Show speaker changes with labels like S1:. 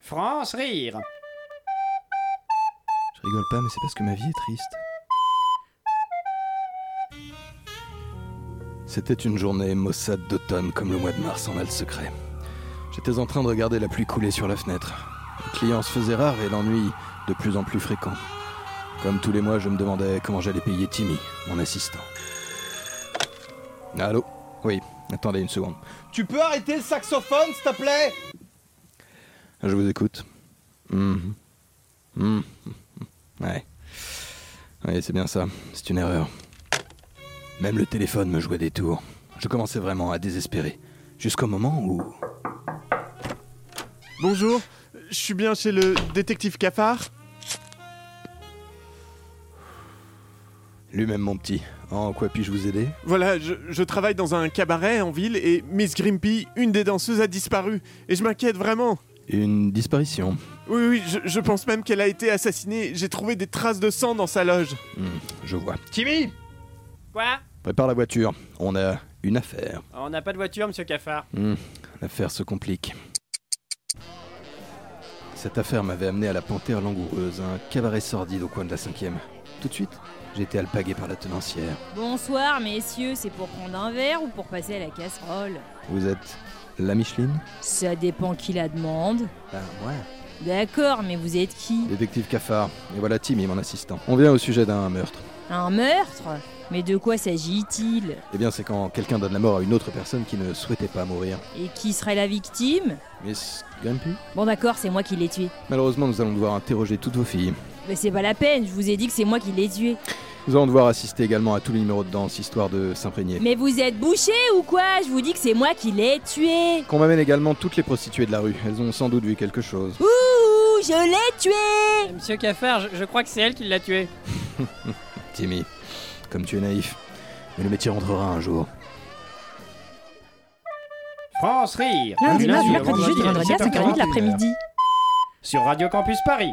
S1: France rire.
S2: Je rigole pas, mais c'est parce que ma vie est triste. C'était une journée maussade d'automne comme le mois de mars en a le secret. J'étais en train de regarder la pluie couler sur la fenêtre. Les clients se faisaient rares et l'ennui de plus en plus fréquent. Comme tous les mois, je me demandais comment j'allais payer Timmy, mon assistant. Allô Oui, attendez une seconde.
S3: Tu peux arrêter le saxophone, s'il te plaît
S2: Ah, Je vous écoute. Mhm. Mhm. Ouais. Ouais, c'est bien ça. C'est une erreur. Même le téléphone me jouait des tours. Je commençais vraiment à désespérer. Jusqu'au moment où...
S4: Bonjour, je suis bien chez le détective Cafard.
S2: Lui-même, mon petit. En quoi puis-je vous aider
S4: Voilà, je, je travaille dans un cabaret en ville et Miss Grimpy, une des danseuses, a disparu. Et je m'inquiète vraiment.
S2: Une disparition.
S4: Oui, oui, je, je pense même qu'elle a été assassinée. J'ai trouvé des traces de sang dans sa loge.
S2: Hmm, je vois.
S1: Timmy Quoi
S2: Prépare la voiture. On a une affaire. Hum,
S1: On n'a pas de voiture, monsieur Cafard.
S2: L'affaire se complique. Cette affaire m'avait amené à la Panthère Langoureuse, un cabaret sordide au coin de la cinquième. Tout de suite, j'ai été alpagué par la tenancière.
S5: Bonsoir messieurs, c'est pour prendre un verre ou pour passer à la casserole
S2: Vous êtes la Micheline
S5: Ça dépend qui la demande.
S2: Ah, ouais.
S5: D'accord, mais vous êtes qui
S2: Détective Cafard. Et voilà Timmy, mon assistant. On vient au sujet d'un meurtre.
S5: Un meurtre Mais de quoi s'agit-il
S2: Eh bien, c'est quand quelqu'un donne la mort à une autre personne qui ne souhaitait pas mourir.
S5: Et qui serait la victime
S2: Miss Grumpy
S5: Bon d'accord, c'est moi qui l'ai tué.
S2: Malheureusement, nous allons devoir interroger toutes vos filles.
S5: Mais c'est pas la peine, je vous ai dit que c'est moi qui l'ai tué.
S2: Nous allons devoir assister également à tous les numéros de danse, histoire de s'imprégner.
S5: Mais vous êtes bouché ou quoi Je vous dis que c'est moi qui l'ai tué.
S2: Qu'on m'amène également toutes les prostituées de la rue. Elles ont sans doute vu quelque chose.
S5: Ouh, je l'ai tué
S1: Monsieur Cafard, je, je crois que c'est elle qui l'a tué.
S2: Timmy, comme tu es naïf. Mais le métier rentrera un jour.
S1: France rire.
S6: Lundi,
S1: Du
S6: mardi,
S1: au
S6: mercredi, jeudi,
S1: vendredi à
S6: vendredi à
S1: 17h40,
S6: 5h30 de l'après-midi.
S1: Sur Radio Campus Paris.